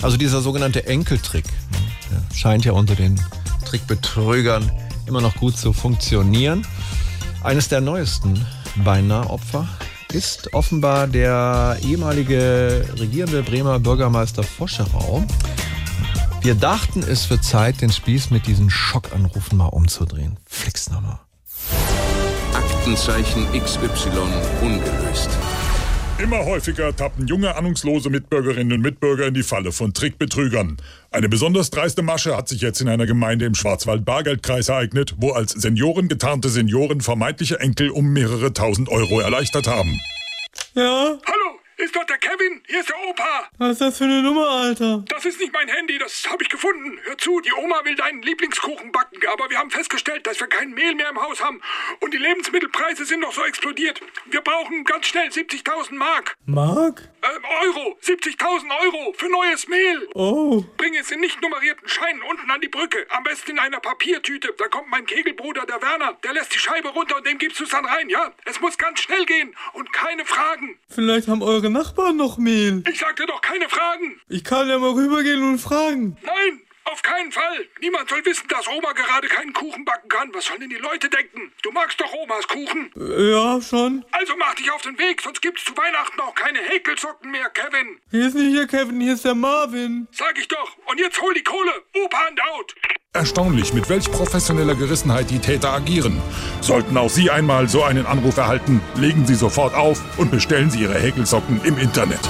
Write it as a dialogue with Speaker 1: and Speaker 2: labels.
Speaker 1: Also dieser sogenannte Enkeltrick ne, der scheint ja unter den Trickbetrügern immer noch gut zu funktionieren. Eines der neuesten beinahe Opfer ist offenbar der ehemalige regierende Bremer Bürgermeister Foscherau. Wir dachten, es wird Zeit, den Spieß mit diesen Schockanrufen mal umzudrehen. Fix nochmal.
Speaker 2: Aktenzeichen XY ungelöst.
Speaker 3: Immer häufiger tappen junge, ahnungslose Mitbürgerinnen und Mitbürger in die Falle von Trickbetrügern. Eine besonders dreiste Masche hat sich jetzt in einer Gemeinde im Schwarzwald-Bargeldkreis ereignet, wo als Senioren getarnte Senioren vermeintliche Enkel um mehrere tausend Euro erleichtert haben.
Speaker 4: Ja?
Speaker 5: Hallo, ist dort der Kevin? Hier ist der Opa.
Speaker 4: Was ist das für eine Nummer, Alter?
Speaker 5: Das ist nicht mein Handy, das habe ich gefunden. Hör zu, die Oma will deinen Lieblingskuchen backen, aber wir haben festgestellt, dass wir kein Mehl mehr im Haus haben. Und die Lebensmittelpreise sind noch so explodiert. Wir brauchen ganz schnell 70.000 Mark.
Speaker 4: Mark?
Speaker 5: Ähm, Euro, 70.000 Euro für neues Mehl.
Speaker 4: Oh.
Speaker 5: Bring es in nicht nummerierten Scheinen unten an die Brücke. Am besten in einer Papiertüte. Da kommt mein Kegelbruder, der Werner. Der lässt die Scheibe runter und dem gibst du es dann rein, ja? Es muss ganz schnell gehen und keine Fragen.
Speaker 4: Vielleicht haben eure Nachbarn noch Mehl.
Speaker 5: Ich sagte doch keine Fragen.
Speaker 4: Ich kann ja mal rübergehen und fragen.
Speaker 5: Nein, auf keinen Fall. Niemand soll wissen, dass Oma gerade keinen Kuchen backen kann. Was sollen denn die Leute denken? Du magst doch Omas Kuchen.
Speaker 4: Äh, Ja, schon.
Speaker 5: Also mach dich auf den Weg, sonst gibt's zu Weihnachten auch keine Häkelsocken mehr, Kevin.
Speaker 4: Hier ist nicht hier Kevin, hier ist der Marvin.
Speaker 5: Sag ich doch. Und jetzt hol die Kohle. Opa and out.
Speaker 3: Erstaunlich, mit welch professioneller Gerissenheit die Täter agieren. Sollten auch Sie einmal so einen Anruf erhalten, legen Sie sofort auf und bestellen Sie Ihre Häkelsocken im Internet.